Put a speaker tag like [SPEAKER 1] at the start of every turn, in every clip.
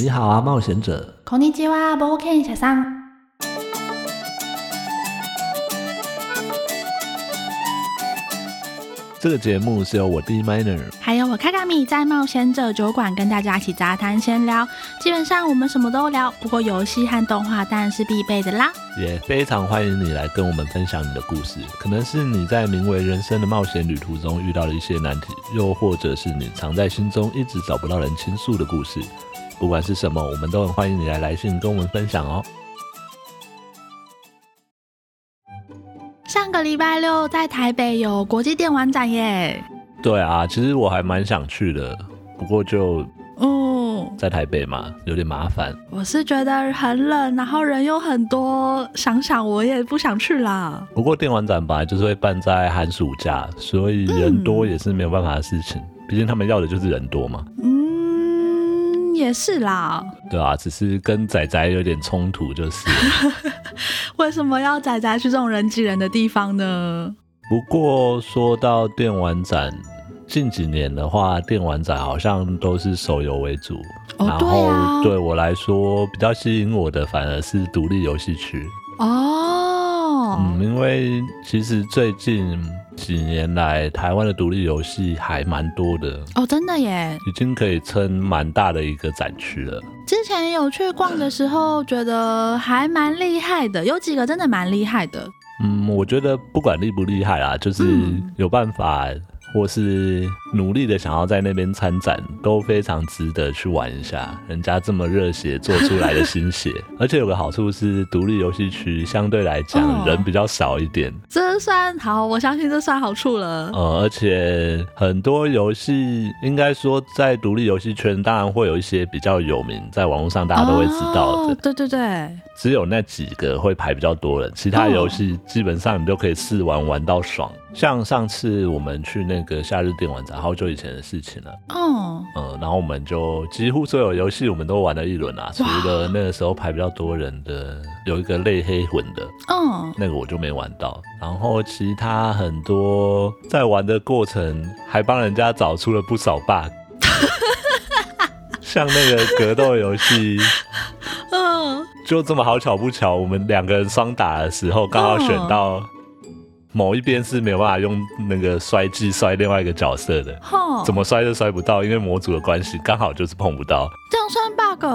[SPEAKER 1] 你好啊，冒险者。
[SPEAKER 2] こんにちは、冒険者さん。
[SPEAKER 1] 这个节目是由我 D Minor
[SPEAKER 2] 还有我卡卡米在冒险者酒馆跟大家一起杂谈闲聊，基本上我们什么都聊，不过游戏和动画当然是必备的啦。
[SPEAKER 1] 也非常欢迎你来跟我们分享你的故事，可能是你在名为人生的冒险旅途中遇到的一些难题，又或者是你藏在心中一直找不到人倾诉的故事。不管是什么，我们都很欢迎你来来信跟我们分享哦。
[SPEAKER 2] 上个礼拜六在台北有国际电玩展耶，
[SPEAKER 1] 对啊，其实我还蛮想去的，不过就
[SPEAKER 2] 嗯，
[SPEAKER 1] 在台北嘛，有点麻烦。
[SPEAKER 2] 我是觉得很冷，然后人又很多，想想我也不想去啦。
[SPEAKER 1] 不过电玩展本来就是会办在寒暑假，所以人多也是没有办法的事情。毕竟他们要的就是人多嘛，
[SPEAKER 2] 嗯，也是啦，
[SPEAKER 1] 对啊，只是跟仔仔有点冲突就是 了。
[SPEAKER 2] 为什么要仔仔去这种人挤人的地方呢？
[SPEAKER 1] 不过说到电玩展，近几年的话，电玩展好像都是手游为主，
[SPEAKER 2] 哦
[SPEAKER 1] 然，
[SPEAKER 2] 对啊，
[SPEAKER 1] 后对我来说比较吸引我的反而是独立游戏区。
[SPEAKER 2] 哦，
[SPEAKER 1] 嗯，因为其实最近几年来，台湾的独立游戏还蛮多的，
[SPEAKER 2] 哦，真的耶！
[SPEAKER 1] 已经可以称蛮大的一个展区了。
[SPEAKER 2] 之前有去逛的时候，觉得还蛮厉害的，有几个真的蛮厉害的。
[SPEAKER 1] 嗯，我觉得不管厉不厉害啦，就是
[SPEAKER 2] 嗯
[SPEAKER 1] 有办法或是努力的想要在那边参展，都非常值得去玩一下。人家这么热血做出来的心 血，而且有个好处是，独立游戏区相对来讲
[SPEAKER 2] 哦
[SPEAKER 1] 人比较少一点，
[SPEAKER 2] 这算好，我相信这算好处了。
[SPEAKER 1] 呃，而且很多游戏应该说在独立游戏圈，当然会有一些比较有名，在网络上大家都会知道的，
[SPEAKER 2] 哦对对对，
[SPEAKER 1] 只有那几个会排比较多人，其他
[SPEAKER 2] 哦
[SPEAKER 1] 游戏基本上你都可以试玩玩到爽。像上次我们去那个夏日电玩展，好久以前的事情了，
[SPEAKER 2] 哦，
[SPEAKER 1] 嗯，然后我们就几乎所有游戏我们都玩了一轮啊，除了那个时候排比较多人的有一个类黑魂的
[SPEAKER 2] 哦，
[SPEAKER 1] 那个我就没玩到，然后其他很多在玩的过程还帮人家找出了不少 bug。像那个格斗游戏，
[SPEAKER 2] 嗯，
[SPEAKER 1] 就这么好巧不巧，我们两个人双打的时候，刚好选到某一边是没有办法用那个摔技摔另外一个角色的，
[SPEAKER 2] 吼，
[SPEAKER 1] 怎么摔都摔不到，因为模组的关系，刚好就是碰不到，
[SPEAKER 2] 这样算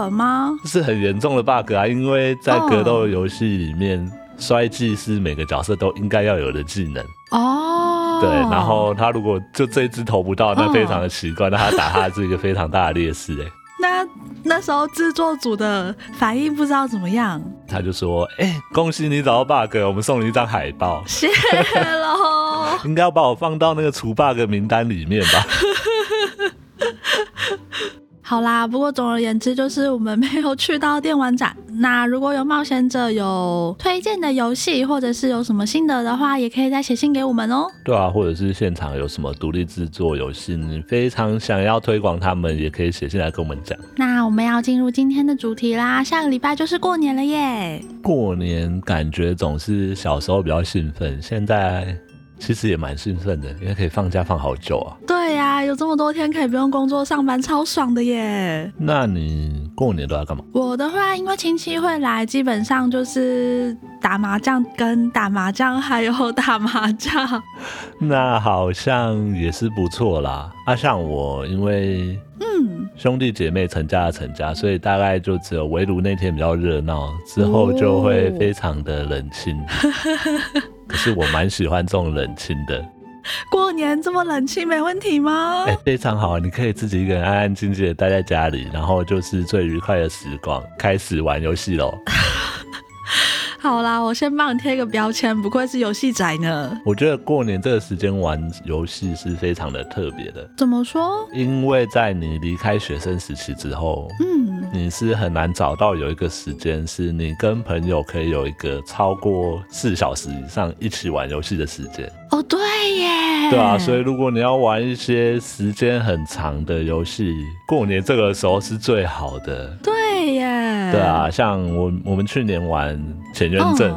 [SPEAKER 2] bug 吗？
[SPEAKER 1] 这是很严重的 bug 啊！因为在
[SPEAKER 2] 哦
[SPEAKER 1] 格斗游戏里面，摔技是每个角色都应该要有的技能，
[SPEAKER 2] 哦，
[SPEAKER 1] 对。然后他如果就这一只投不到，那
[SPEAKER 2] 哦
[SPEAKER 1] 非常的奇怪，那他打他是一个非常大的劣势哎、
[SPEAKER 2] 那那时候制作组的反应不知道怎么样，
[SPEAKER 1] 他就说：“哎、恭喜你找到 bug，我们送你一张海报。”。
[SPEAKER 2] 谢喽
[SPEAKER 1] 应该要把我放到那个除 bug 名单里面吧？
[SPEAKER 2] 好啦，不过总而言之，就是我们没有去到电玩展。那如果有冒险者有推荐的游戏，或者是有什么心得的话，也可以再写信给我们哦。
[SPEAKER 1] 对啊，或者是现场有什么独立制作游戏，你非常想要推广他们，也可以写信来跟我们讲。
[SPEAKER 2] 那我们要进入今天的主题啦，下个礼拜就是过年了耶！
[SPEAKER 1] 过年感觉总是小时候比较兴奋，现在其实也蛮兴奋的，因为可以放假放好久啊。
[SPEAKER 2] 对呀、有这么多天可以不用工作上班，超爽的耶！
[SPEAKER 1] 那你过年都要干嘛？
[SPEAKER 2] 我的话，因为亲戚会来，基本上就是打麻将跟打麻将，还有打麻将。
[SPEAKER 1] 那好像也是不错啦。啊，像我因为
[SPEAKER 2] 嗯，
[SPEAKER 1] 兄弟姐妹成家的成家，所以大概就只有围炉那天比较热闹，之后就会非常的冷清。可是我蛮喜欢这种冷清的，
[SPEAKER 2] 过年这么冷清没问题吗？
[SPEAKER 1] 哎、非常好，你可以自己一个人安安静静的待在家里，然后就是最愉快的时光，开始玩游戏喽。
[SPEAKER 2] 好啦，我先帮你贴个标签，不愧是游戏宅呢。
[SPEAKER 1] 我觉得过年这个时间玩游戏是非常的特别的，
[SPEAKER 2] 怎么说？
[SPEAKER 1] 因为在你离开学生时期之后，
[SPEAKER 2] 嗯，
[SPEAKER 1] 你是很难找到有一个时间是你跟朋友可以有一个超过四小时以上一起玩游戏的时间，
[SPEAKER 2] 哦，对耶，
[SPEAKER 1] 对啊，所以如果你要玩一些时间很长的游戏，过年这个时候是最好的。啊
[SPEAKER 2] 对耶，
[SPEAKER 1] 对啊，像我我们去年玩《潜渊
[SPEAKER 2] 嗯，
[SPEAKER 1] 症》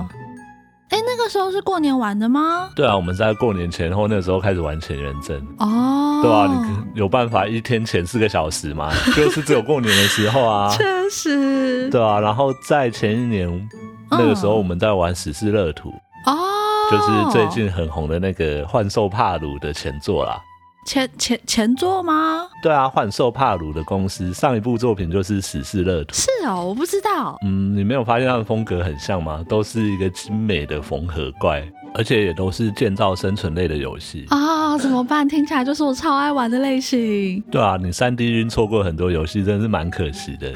[SPEAKER 2] 哎，那个时候是过年玩的吗？
[SPEAKER 1] 对啊，我们在过年前后那时候开始玩前元针。
[SPEAKER 2] 哦，，
[SPEAKER 1] 对啊，你有办法一天前四个小时吗？就是只有过年的时候啊
[SPEAKER 2] 确实，
[SPEAKER 1] 对啊。然后在前一年那个时候，我们在玩《史诗乐土》
[SPEAKER 2] 哦，
[SPEAKER 1] 啊就是最近很红的那个幻兽帕鲁的前作啦。
[SPEAKER 2] 前前前座吗？
[SPEAKER 1] 对啊，幻兽帕鲁的公司上一部作品就是《史诗乐土》。
[SPEAKER 2] 是哦，我不知道。
[SPEAKER 1] 嗯，你没有发现它的风格很像吗？都是一个精美的缝合怪，而且也都是建造生存类的游戏。
[SPEAKER 2] 啊、怎么办？听起来就是我超爱玩的类型。
[SPEAKER 1] 对啊，你三 D 晕错过很多游戏，真是蛮可惜的。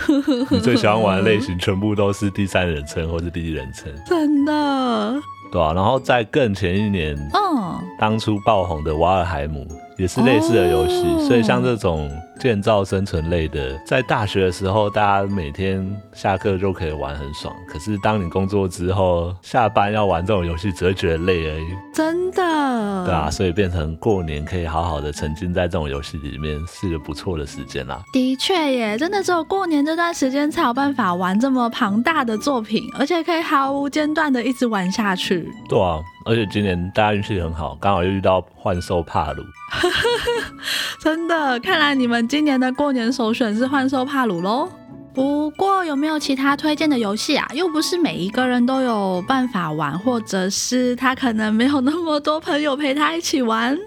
[SPEAKER 1] 你最喜欢玩的类型全部都是第三人称或是第一人称，
[SPEAKER 2] 真的，
[SPEAKER 1] 对啊，然后在更前一年，
[SPEAKER 2] 嗯，
[SPEAKER 1] 当初爆红的《瓦尔海姆》也是类似的游戏，
[SPEAKER 2] 哦
[SPEAKER 1] 所以像这种建造生存类的，在大学的时候，大家每天下课就可以玩，很爽。可是当你工作之后，下班要玩这种游戏，只会觉得累而已，
[SPEAKER 2] 真的，
[SPEAKER 1] 对啊，所以变成过年可以好好的沉浸在这种游戏里面，是个不错的时间啦。
[SPEAKER 2] 的确耶，真的只有过年这段时间才有办法玩这么庞大的作品，而且可以毫无间断的一直玩下去。
[SPEAKER 1] 对啊，而且今年大家运气很好，刚好又遇到幻兽帕鲁，
[SPEAKER 2] 真的，看来你们今年的过年首选是幻兽帕鲁喽。不过有没有其他推荐的游戏啊？又不是每一个人都有办法玩，或者是他可能没有那么多朋友陪他一起玩。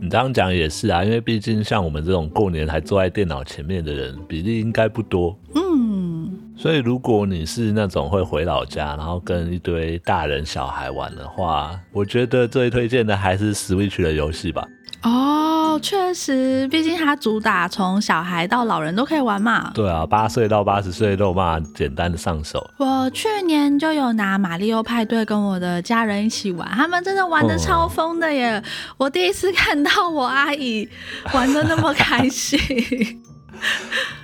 [SPEAKER 1] 你这样讲也是啊，因为毕竟像我们这种过年还坐在电脑前面的人，比例应该不多。
[SPEAKER 2] 嗯，
[SPEAKER 1] 所以如果你是那种会回老家，然后跟一堆大人小孩玩的话，我觉得最推荐的还是 Switch 的游戏吧。
[SPEAKER 2] 哦，确实，毕竟它主打从小孩到老人都可以玩嘛。
[SPEAKER 1] 对啊，八岁到八十岁都有办法简单的上手。
[SPEAKER 2] 我去年就有拿《马里奥派对》跟我的家人一起玩，他们真的玩的
[SPEAKER 1] 哦
[SPEAKER 2] 超疯的耶！我第一次看到我阿姨玩的那么开心。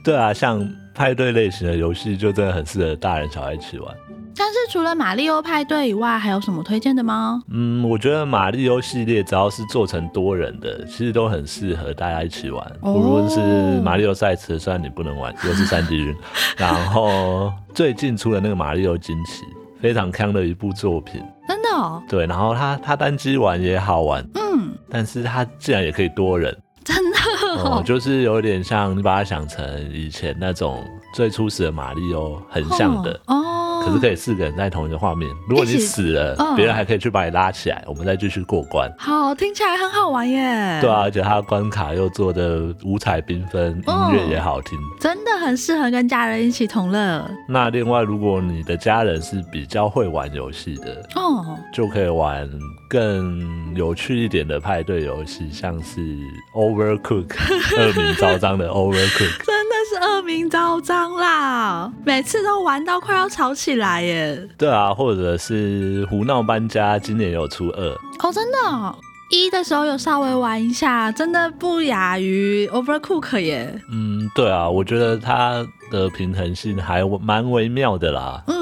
[SPEAKER 1] 对啊，像派对类型的游戏就真的很适合大人小孩一起玩。
[SPEAKER 2] 但是除了《马里奥派对》以外，还有什么推荐的吗？
[SPEAKER 1] 嗯，我觉得马里欧系列只要是做成多人的，其实都很适合大家一起玩。
[SPEAKER 2] 哦
[SPEAKER 1] 无论是马里奥赛车，虽然你不能玩，又是三 D 晕，然后最近出的那个马里奥惊奇，非常康的一部作品。
[SPEAKER 2] 真的哦，
[SPEAKER 1] 对，然后它它单机玩也好玩，
[SPEAKER 2] 嗯，
[SPEAKER 1] 但是它竟然也可以多 人，
[SPEAKER 2] 真的
[SPEAKER 1] 哦、就是有点像你把它想成以前那种最初始的马里奥很像的。
[SPEAKER 2] 哦。
[SPEAKER 1] 可是可以四个人在同一个画面，如果你
[SPEAKER 2] 一起
[SPEAKER 1] 死了
[SPEAKER 2] 嗯，
[SPEAKER 1] 别人还可以去把你拉起来，我们再继续过关。
[SPEAKER 2] 好，听起来很好玩耶。
[SPEAKER 1] 对啊，，而且它的关卡又做的五彩缤纷，音
[SPEAKER 2] 嗯
[SPEAKER 1] 乐也好听。
[SPEAKER 2] 真的很适合跟家人一起同乐
[SPEAKER 1] 那另外，如果你的家人是比较会玩游戏的，
[SPEAKER 2] 哦。
[SPEAKER 1] 就可以玩更有趣一点的派对游戏，像是 Overcook 恶名昭彰的 Overcook。
[SPEAKER 2] 真的是恶名昭彰啦！每次都玩到快要吵起来耶。
[SPEAKER 1] 对啊，或者是胡闹搬家，今年有出二。
[SPEAKER 2] 哦，真的、哦，一的时候有稍微玩一下，真的不亚于 Overcook 耶。
[SPEAKER 1] 嗯，对啊，我觉得它的平衡性还蛮微妙的啦。
[SPEAKER 2] 嗯，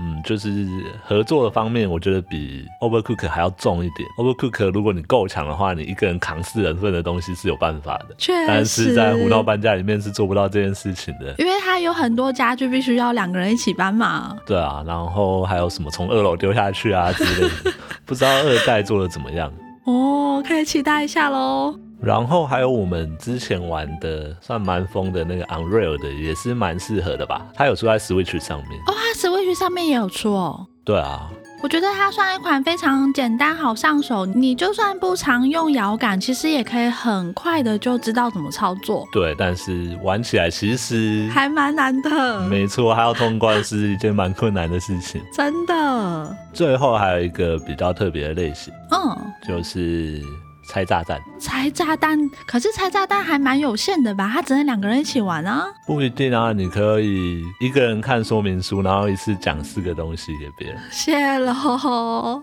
[SPEAKER 1] 嗯，就是合作的方面，我觉得比 Overcook 还要重一点。Overcook 如果你够强的话，你一个人扛四人份的东西是有办法的，
[SPEAKER 2] 确实。
[SPEAKER 1] 但是在胡闹搬家里面是做不到这件事情的。
[SPEAKER 2] 因为它有很多家具必须要两个人一起搬嘛。
[SPEAKER 1] 对啊，然后还有什么从二楼丢下去啊之类的，不知道二代做的怎么样。
[SPEAKER 2] 哦，可以期待一下哦喽。
[SPEAKER 1] 然后还有我们之前玩的算蛮疯的那个 Unreal 的，也是蛮适合的吧？它有出在 Switch 上面。
[SPEAKER 2] 哦，它 Switch 上面也有出哦。
[SPEAKER 1] 对啊，
[SPEAKER 2] 我觉得它算一款非常简单、好上手，你就算不常用摇杆，其实也可以很快的就知道怎么操作，
[SPEAKER 1] 对，但是玩起来其实
[SPEAKER 2] 还蛮难的。
[SPEAKER 1] 没错，还要通关是一件蛮困难的事情。
[SPEAKER 2] 真的，
[SPEAKER 1] 最后还有一个比较特别的类型，
[SPEAKER 2] 嗯，
[SPEAKER 1] 就是拆炸弹，
[SPEAKER 2] 拆炸弹，可是拆炸弹还蛮有限的吧？它只能两个人一起玩啊。
[SPEAKER 1] 不一定啊，你可以一个人看说明书，然后一次讲四个东西给别人。
[SPEAKER 2] 谢喽。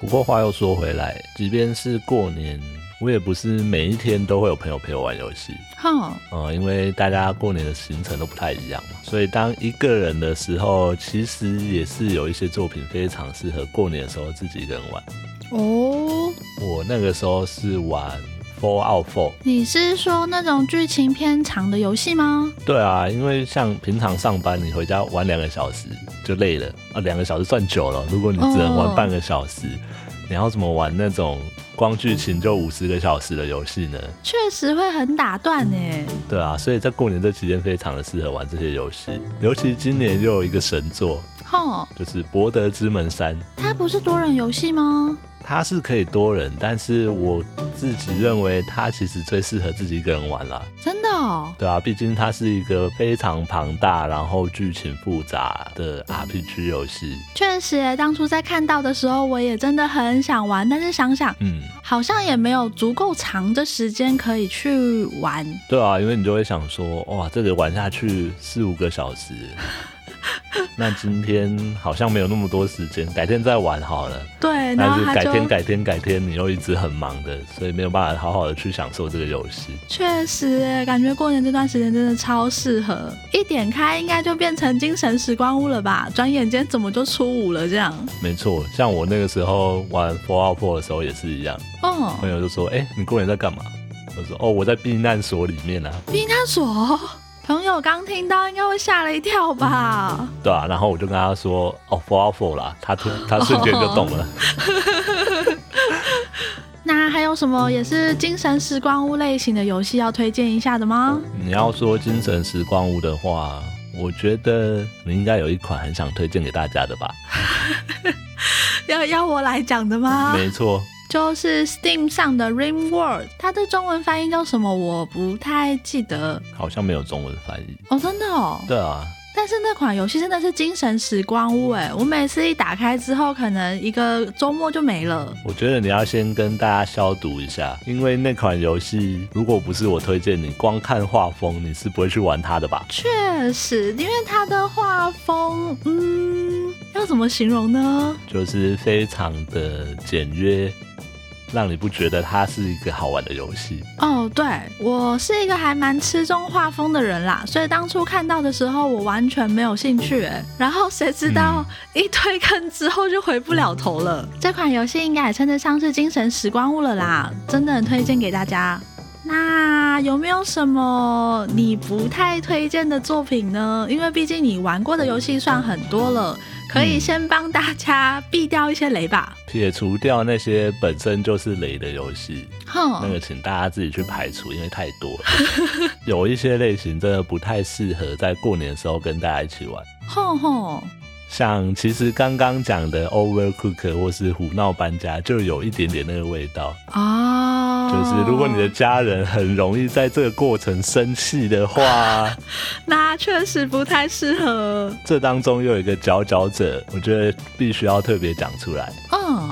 [SPEAKER 1] 不过话又说回来，即便是过年，我也不是每一天都会有朋友陪我玩游戏，
[SPEAKER 2] 哼，
[SPEAKER 1] 嗯，因为大家过年的行程都不太一样嘛，所以当一个人的时候，其实也是有一些作品非常适合过年的时候自己一个人玩。
[SPEAKER 2] 哦，
[SPEAKER 1] 我那个时候是玩《 Fallout Four。
[SPEAKER 2] 你是说那种剧情偏长的游戏吗？
[SPEAKER 1] 对啊，因为像平常上班，你回家玩两个小时就累了啊，两个小时算久了。如果你只能玩半个小时，你要怎么玩那种光剧情就五十个小时的游戏呢？
[SPEAKER 2] 确实会很打断欸呢。
[SPEAKER 1] 对啊，所以在过年这期间非常的适合玩这些游戏，尤其今年又有一个神作，
[SPEAKER 2] 吼，
[SPEAKER 1] 就是《博德之门三》，
[SPEAKER 2] 它不是多人游戏吗？
[SPEAKER 1] 它是可以多人，但是我自己认为它其实最适合自己一个人玩啦。
[SPEAKER 2] 真的哦，
[SPEAKER 1] 对啊，毕竟它是一个非常庞大，然后剧情复杂的 RPG 游戏。
[SPEAKER 2] 确实耶，当初在看到的时候，我也真的很想玩，但是想想
[SPEAKER 1] 嗯，
[SPEAKER 2] 好像也没有足够长的时间可以去玩。
[SPEAKER 1] 对啊，因为你就会想说，哇，这个玩下去四五个小时，那今天好像没有那么多时间，改天再玩好了。
[SPEAKER 2] 对，然
[SPEAKER 1] 但
[SPEAKER 2] 后
[SPEAKER 1] 是
[SPEAKER 2] 它
[SPEAKER 1] 改
[SPEAKER 2] 就
[SPEAKER 1] 天改天改天，你又一直很忙的，所以没有办法好好的去享受这个游戏。
[SPEAKER 2] 确实耶，感觉过年这段时间真的超适合。一点开应该就变成精神时光屋了吧？转眼间怎么就初五了这样？
[SPEAKER 1] 没错，像我那个时候玩 Fallout 4的时候也是一样，
[SPEAKER 2] 哦，
[SPEAKER 1] 朋友就说，哎、你过年在干嘛？我说，哦，我在避难所里面啊。
[SPEAKER 2] 避难所，朋友刚听到应该会吓了一跳吧？
[SPEAKER 1] 对啊，然后我就跟他说，哦 f o r f o r 啦，他 突他瞬间就懂了。
[SPEAKER 2] 那还有什么也是精神时光屋类型的游戏要推荐一下的吗？
[SPEAKER 1] 你要说精神时光屋的话，我觉得你应该有一款很想推荐给大家的吧？
[SPEAKER 2] 要要我来讲的吗？
[SPEAKER 1] 没错，
[SPEAKER 2] 就是 Steam 上的 Rim World，它的中文翻译叫什么？我不太记得
[SPEAKER 1] 好像没有中文翻译。
[SPEAKER 2] 哦，真的哦。
[SPEAKER 1] 对啊，
[SPEAKER 2] 但是那款游戏真的是精神时光屋哎，我每次一打开之后，可能一个周末就没了。
[SPEAKER 1] 我觉得你要先跟大家消毒一下，因为那款游戏如果不是我推荐你，光看画风你是不会去玩它的吧？
[SPEAKER 2] 确实，因为它的画风，嗯，要怎么形容呢？
[SPEAKER 1] 就是非常的简约，让你不觉得它是一个好玩的游戏。
[SPEAKER 2] 哦，对我是一个还蛮吃重画风的人啦，所以当初看到的时候，我完全没有兴趣哎。然后谁知道、
[SPEAKER 1] 嗯
[SPEAKER 2] 一推坑之后就回不了头了。这款游戏应该也称得上是精神时光屋了啦，真的很推荐给大家。那有没有什么你不太推荐的作品呢？因为毕竟你玩过的游戏算很多了，可以
[SPEAKER 1] 嗯
[SPEAKER 2] 先帮大家避掉一些雷吧。
[SPEAKER 1] 撇除掉那些本身就是雷的游戏，
[SPEAKER 2] 哼，
[SPEAKER 1] 那个请大家自己去排除，因为太多了。 有一些类型真的不太适合在过年的时候跟大家一起玩，
[SPEAKER 2] 哼哼，
[SPEAKER 1] 像其实刚刚讲的 Overcook 或是胡闹搬家，就有一点点那个味道。
[SPEAKER 2] 哦，
[SPEAKER 1] 就是如果你的家人很容易在这个过程生气的话，
[SPEAKER 2] 那确实不太适合。
[SPEAKER 1] 这当中又有一个佼佼者，我觉得必须要特别讲出来，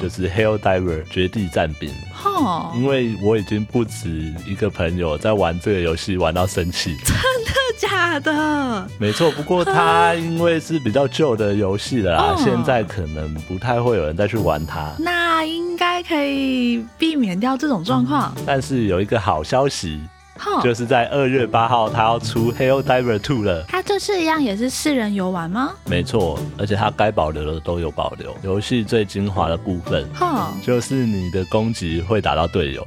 [SPEAKER 1] 就
[SPEAKER 2] 嗯，
[SPEAKER 1] 是 Hell Diver 绝地战兵。
[SPEAKER 2] 吼，
[SPEAKER 1] 因为我已经不止一个朋友在玩这个游戏玩到生气，
[SPEAKER 2] 真的假的？
[SPEAKER 1] 没错。不过它因为是比较旧的游戏了啦，
[SPEAKER 2] 嗯
[SPEAKER 1] 现在可能不太会有人再去玩它。
[SPEAKER 2] 那应该可以避免掉这种状况。
[SPEAKER 1] 但是有一个好消息，
[SPEAKER 2] 哼，
[SPEAKER 1] 嗯就是在二月八号它要出《Hell Diver Two》了。
[SPEAKER 2] 它这次一样也是四人游玩吗？
[SPEAKER 1] 没错，而且它该保留的都有保留。游戏最精华的部分
[SPEAKER 2] 哼，
[SPEAKER 1] 就是你的攻击会打到队友。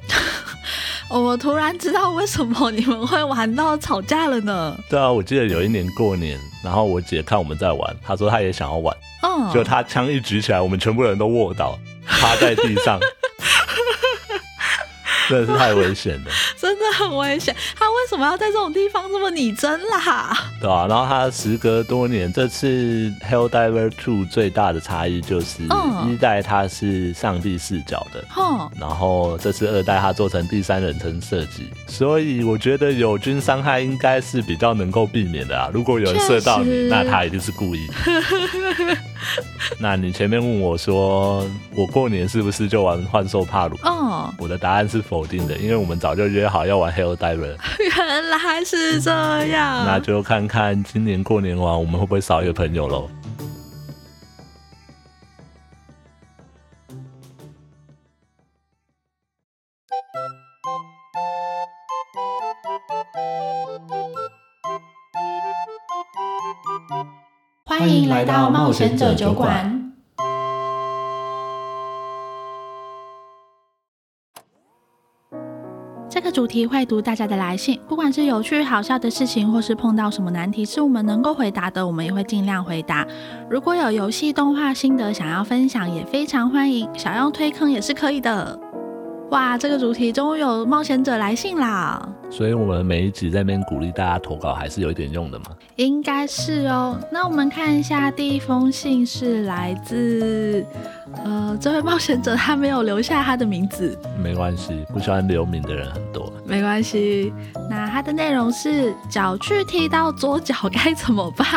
[SPEAKER 2] 我突然知道为什么你们会玩到吵架了呢？
[SPEAKER 1] 对啊，我记得有一年过年，然后我姐看我们在玩，她说她也想要玩。
[SPEAKER 2] 嗯，
[SPEAKER 1] 就他枪一举起来，我们全部人都卧倒，趴在地上，真的是太危险了，
[SPEAKER 2] 真的很危险。他为什么要在这种地方这么拟真啦？
[SPEAKER 1] 对啊吧、然后他时隔多年，这次《Hell Diver Two》最大的差异就是
[SPEAKER 2] 嗯
[SPEAKER 1] 一代它是上帝视角的。
[SPEAKER 2] 哼，
[SPEAKER 1] 然后这次二代它做成第三人称射击，所以我觉得友军伤害应该是比较能够避免的啊。如果有人射到
[SPEAKER 2] 确
[SPEAKER 1] 你
[SPEAKER 2] 实，
[SPEAKER 1] 那他一定是故 意的。那你前面问我说，我过年是不是就玩幻兽帕鲁？
[SPEAKER 2] 嗯，
[SPEAKER 1] 我的答案是否定的，因为我们早就约好要玩 Hell Diver，、
[SPEAKER 2] 原来是这样。
[SPEAKER 1] 那就看看今年过年玩我们会不会少一个朋友喽。
[SPEAKER 2] 欢
[SPEAKER 3] 迎来到冒险者酒馆。
[SPEAKER 2] 这个主题会读大家的来信，不管是有趣好笑的事情，或是碰到什么难题是我们能够回答的，我们也会尽量回答。如果有游戏动画心得想要分享，也非常欢迎，想要推坑也是可以的。哇，这个主题终于有冒险者来信啦！
[SPEAKER 1] 所以我们每一集在那边鼓励大家投稿，还是有一点用的嘛。
[SPEAKER 2] 应该是哦。那我们看一下，第一封信是来自，呃，这位冒险者他没有留下他的名字，
[SPEAKER 1] 没关系，不喜欢留名的人很多。
[SPEAKER 2] 没关系。那它的内容是脚去踢到左脚该怎么办？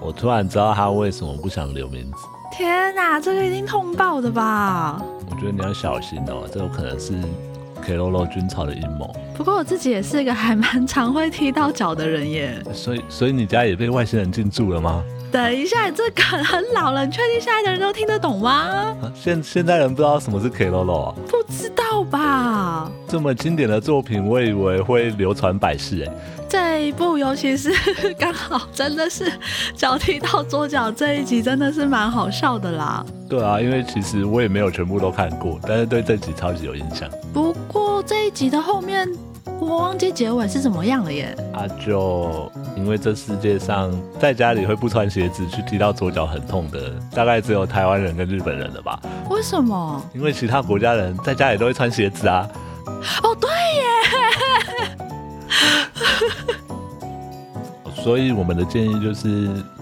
[SPEAKER 1] 我突然知道他为什么不想留名字，
[SPEAKER 2] 天哪，这个一定痛爆的吧？
[SPEAKER 1] 我觉得你要小心哦、这有可能是 K l o 军曹的阴谋。
[SPEAKER 2] 不过我自己也是一个还蛮常会踢到脚的人耶。
[SPEAKER 1] 所以，所以你家也被外星人进驻了吗？
[SPEAKER 2] 等一下，这梗很老了，你确定现在的人都听得懂吗？
[SPEAKER 1] 啊现现在人不知道什么是 K l o 啊，
[SPEAKER 2] 不知道吧？
[SPEAKER 1] 这么经典的作品，我以为会流传百世哎。
[SPEAKER 2] 这一部尤其是 刚好真的是脚踢到左脚这一集，真的是蛮好笑的啦。
[SPEAKER 1] 对啊，因为其实我也没有全部都看过，但是对这集超级有印象。
[SPEAKER 2] 不过这一集的后面，我忘记结尾是怎么样了耶。
[SPEAKER 1] 啊，就因为这世界上在家里会不穿鞋子去踢到左脚很痛的，大概只有台湾人跟日本人了吧？
[SPEAKER 2] 为什么？
[SPEAKER 1] 因为其他国家人在家里都会穿鞋子啊。
[SPEAKER 2] 哦，对耶，
[SPEAKER 1] 哦所以我们的建议就是，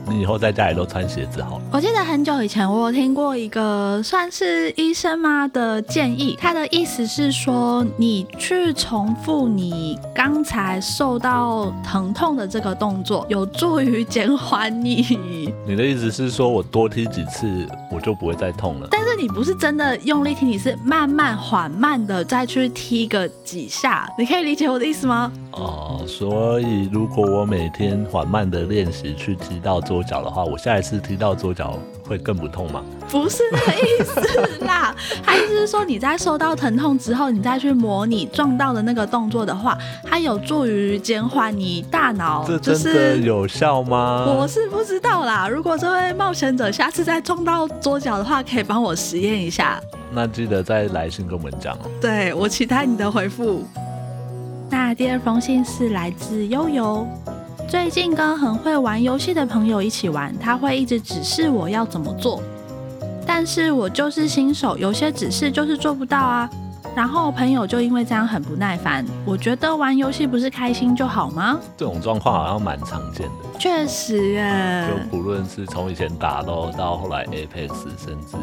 [SPEAKER 1] 你以后在家里都穿鞋子好了。
[SPEAKER 2] 我记得很久以前我有听过一个算是医生吗的建议，他的意思是说，你去重复你刚才受到疼痛的这个动作，有助于减缓你。
[SPEAKER 1] 你的意思是说我多踢几次，我就不会再痛了？
[SPEAKER 2] 但是你不是真的用力踢，你是慢慢缓慢的再去踢个几下，你可以理解我的意思吗？
[SPEAKER 1] 哦，所以如果我每天缓慢的练习去踢到左脚的话，我下一次踢到左脚会更不痛吗？
[SPEAKER 2] 不是那个意思啦，他意思是说你在受到疼痛之后，你再去模拟撞到的那个动作的话，它有助于减缓你大脑
[SPEAKER 1] 这
[SPEAKER 2] 就
[SPEAKER 1] 真的
[SPEAKER 2] 是。
[SPEAKER 1] 有效
[SPEAKER 2] 我
[SPEAKER 1] 吗？
[SPEAKER 2] 哦是不知道啦，如果这位冒险者下次再撞到桌角的话，可以帮我实验一下。
[SPEAKER 1] 那记得再来信跟我们讲哦。
[SPEAKER 2] 对我期待你的回复。那第二封信是来自悠悠，最近跟很会玩游戏的朋友一起玩，他会一直指示我要怎么做，但是我就是新手，有些指示就是做不到啊。然后朋友就因为这样很不耐烦。我觉得玩游戏不是开心就好吗？
[SPEAKER 1] 这种状况好像蛮常见的。
[SPEAKER 2] 确实耶，
[SPEAKER 1] 就不论是从以前打到到后来 Apex，甚至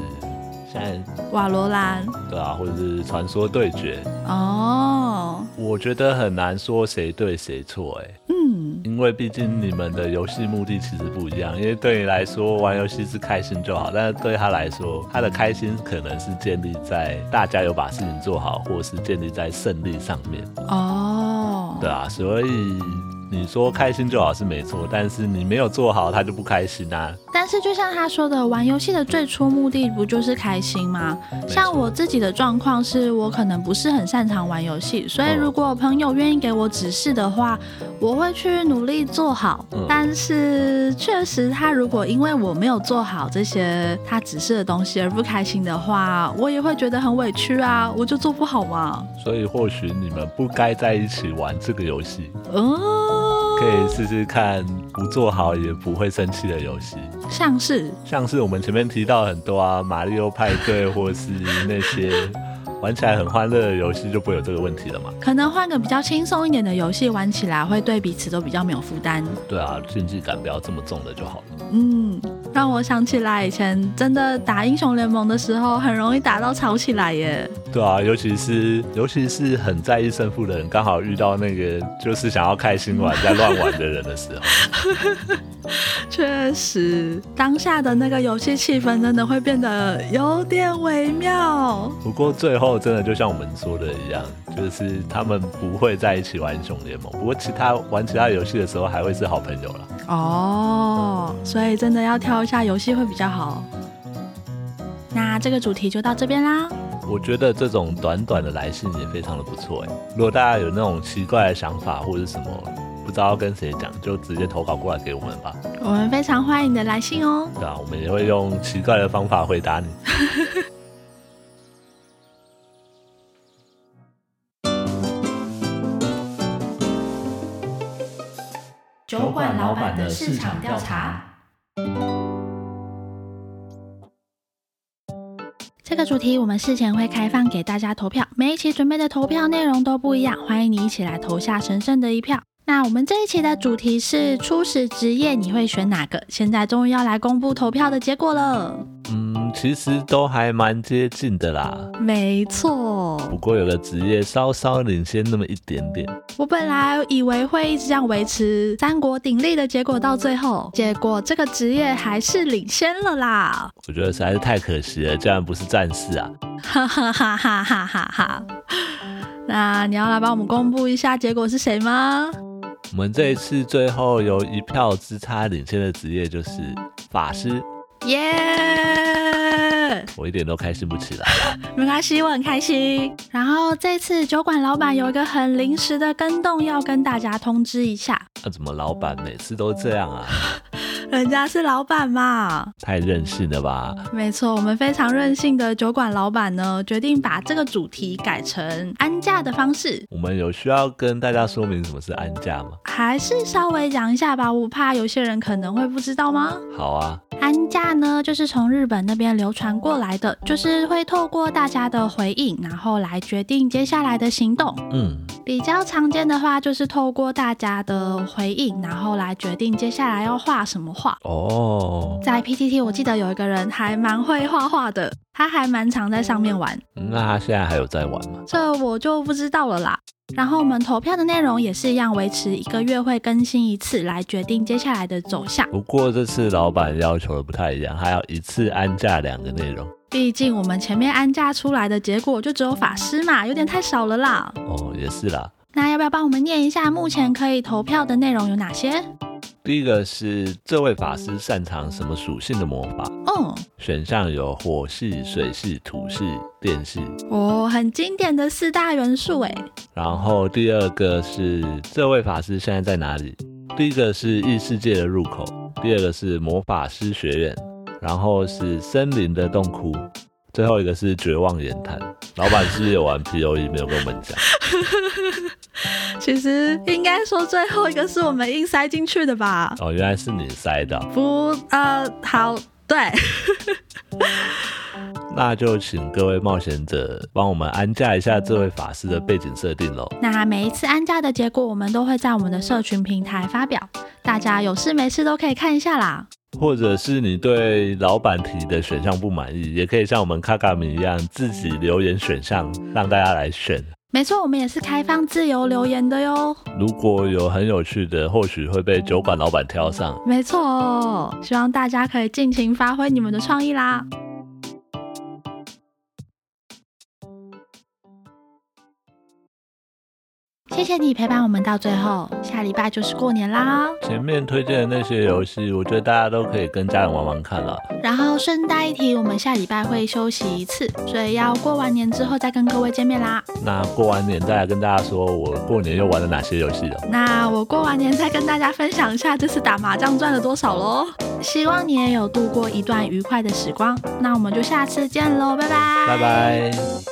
[SPEAKER 1] 现在
[SPEAKER 2] 瓦罗兰
[SPEAKER 1] 对啊，或者是传说对决，
[SPEAKER 2] 哦，
[SPEAKER 1] 我觉得很难说谁对谁错哎、
[SPEAKER 2] 嗯，
[SPEAKER 1] 因为毕竟你们的游戏目的其实不一样。因为对你来说玩游戏是开心就好，但是对他来说，他的开心可能是建立在大家有把事情做好，或是建立在胜利上面，
[SPEAKER 2] 哦，
[SPEAKER 1] 对啊，所以。你说开心就好是没错，但是你没有做好，他就不开心啊。
[SPEAKER 2] 但是就像他说的，玩游戏的最初目的不就是开心吗？
[SPEAKER 1] 错
[SPEAKER 2] 像我自己的状况是我可能不是很擅长玩游戏，所以
[SPEAKER 1] 嗯
[SPEAKER 2] 如果朋友愿意给我指示的话，我会去努力做好。
[SPEAKER 1] 嗯
[SPEAKER 2] 但是确实，他如果因为我没有做好这些他指示的东西而不开心的话，我也会觉得很委屈啊，我就做不好嘛。
[SPEAKER 1] 所以或许你们不该在一起玩这个游戏，
[SPEAKER 2] 哦，
[SPEAKER 1] 可以试试看不做好也不会生气的游戏，
[SPEAKER 2] 像是
[SPEAKER 1] 像是我们前面提到很多啊，马里奥派对或是那些玩起来很欢乐的游戏就不会有这个问题了嘛。
[SPEAKER 2] 可能换个比较轻松一点的游戏，玩起来会对彼此都比较没有负担。
[SPEAKER 1] 对啊，竞技感不要这么重的就好了。
[SPEAKER 2] 嗯，让我想起来以前真的打英雄联盟的时候，很容易打到吵起来耶。
[SPEAKER 1] 对啊，尤其是尤其是很在意胜负的人，刚好遇到那个就是想要开心玩在乱玩的人的 时候，
[SPEAKER 2] 确实，当下的那个游戏气氛真的会变得有点微妙。
[SPEAKER 1] 不过最后真的就像我们说的一样，就是他们不会在一起玩英雄联盟，不过其他玩其他游戏的时候还会是好朋友啦。
[SPEAKER 2] 哦，所以真的要挑一下游戏会比较好。那这个主题就到这边啦。
[SPEAKER 1] 我觉得这种短短的来信也非常的不错哎。如果大家有那种奇怪的想法或者什么，不知道跟谁讲，就直接投稿过来给我们吧。
[SPEAKER 2] 我们非常欢迎你的来信哦。
[SPEAKER 1] 对啊，我们也会用奇怪的方法回答你。
[SPEAKER 3] 酒馆老板的市场调查。
[SPEAKER 2] 这个主题我们事前会开放给大家投票，每一期准备的投票内容都不一样，欢迎你一起来投下神圣的一票。那我们这一期的主题是初始职业，你会选哪个？现在终于要来公布投票的结果了。
[SPEAKER 1] 嗯，其实都还蛮接近的啦，
[SPEAKER 2] 没错，
[SPEAKER 1] 不过有个职业稍稍领先那么一点点。
[SPEAKER 2] 我本来以为会一直这样维持三国鼎立的结果，到最后，结果这个职业还是领先了啦。
[SPEAKER 1] 我觉得实在是太可惜了，竟然不是战士啊！
[SPEAKER 2] 哈哈哈哈哈哈哈。那你要来帮我们公布一下结果是谁吗？
[SPEAKER 1] 我们这一次最后由一票之差领先的职业就是法师，
[SPEAKER 2] 耶、
[SPEAKER 1] 我一点都开心不起来。
[SPEAKER 2] 没关系，我很开心。然后这次酒馆老板有一个很临时的跟动要跟大家通知一下，
[SPEAKER 1] 那、怎么老板每次都这样啊？
[SPEAKER 2] 人家是老板嘛，
[SPEAKER 1] 太任性了吧！
[SPEAKER 2] 没错，我们非常任性的酒馆老板呢，决定把这个主题改成安价的方式，
[SPEAKER 1] 我们有需要跟大家说明什么是安价吗？
[SPEAKER 2] 还是稍微讲一下吧，我怕有些人可能会不知道吗？
[SPEAKER 1] 好啊，
[SPEAKER 2] 安价呢，就是从日本那边流传过来的，就是会透过大家的回应，然后来决定接下来的行动。
[SPEAKER 1] 嗯，
[SPEAKER 2] 比较常见的话，就是透过大家的回应，然后来决定接下来要画什么画。
[SPEAKER 1] 哦，
[SPEAKER 2] 在 PTT，我记得有一个人还蛮会画画的，他还蛮常在上面玩，
[SPEAKER 1] 那他现在还有在玩吗？
[SPEAKER 2] 这我就不知道了啦。然后我们投票的内容也是一样，维持一个月会更新一次，来决定接下来的走向。
[SPEAKER 1] 不过这次老板要求的不太一样，还要一次安价两个内容。
[SPEAKER 2] 毕竟我们前面安价出来的结果就只有法师嘛，有点太少了啦。
[SPEAKER 1] 哦，也是啦。
[SPEAKER 2] 那要不要帮我们念一下目前可以投票的内容有哪些？
[SPEAKER 1] 第一个是这位法师擅长什么属性的魔法？
[SPEAKER 2] 嗯，
[SPEAKER 1] 选项有火系、水系、土系、电系。
[SPEAKER 2] 哦，很经典的四大元素诶。
[SPEAKER 1] 然后第二个是这位法师现在在哪里？第一个是异世界的入口，第二个是魔法师学院，然后是森林的洞窟，最后一个是绝望岩潭。老板是不是有玩 P O E 没有跟我们讲？
[SPEAKER 2] 其实应该说最后一个是我们硬塞进去的吧？
[SPEAKER 1] 哦，原来是你塞的，
[SPEAKER 2] 不，呃，好，对，
[SPEAKER 1] 那就请各位冒险者帮我们安驾一下这位法师的背景设定喽。
[SPEAKER 2] 那每一次安家的结果，我们都会在我们的社群平台发表，大家有事没事都可以看一下啦。
[SPEAKER 1] 或者是你对老板提的选项不满意，也可以像我们卡卡米一样自己留言选项，让大家来选。
[SPEAKER 2] 没错，我们也是开放自由留言的哟。
[SPEAKER 1] 如果有很有趣的，或许会被酒馆老板挑上。
[SPEAKER 2] 没错哦，希望大家可以尽情发挥你们的创意啦。谢谢你陪伴我们到最后，下礼拜就是过年啦，
[SPEAKER 1] 前面推荐的那些游戏，我觉得大家都可以跟家人玩玩看啊了。
[SPEAKER 2] 然后顺带一提，我们下礼拜会休息一次，所以要过完年之后再跟各位见面啦。
[SPEAKER 1] 那过完年再来跟大家说我过年又玩了哪些游戏了。
[SPEAKER 2] 那我过完年再跟大家分享一下这次打麻将赚了多少喽。希望你也有度过一段愉快的时光。那我们就下次见喽，拜拜，
[SPEAKER 1] 拜拜。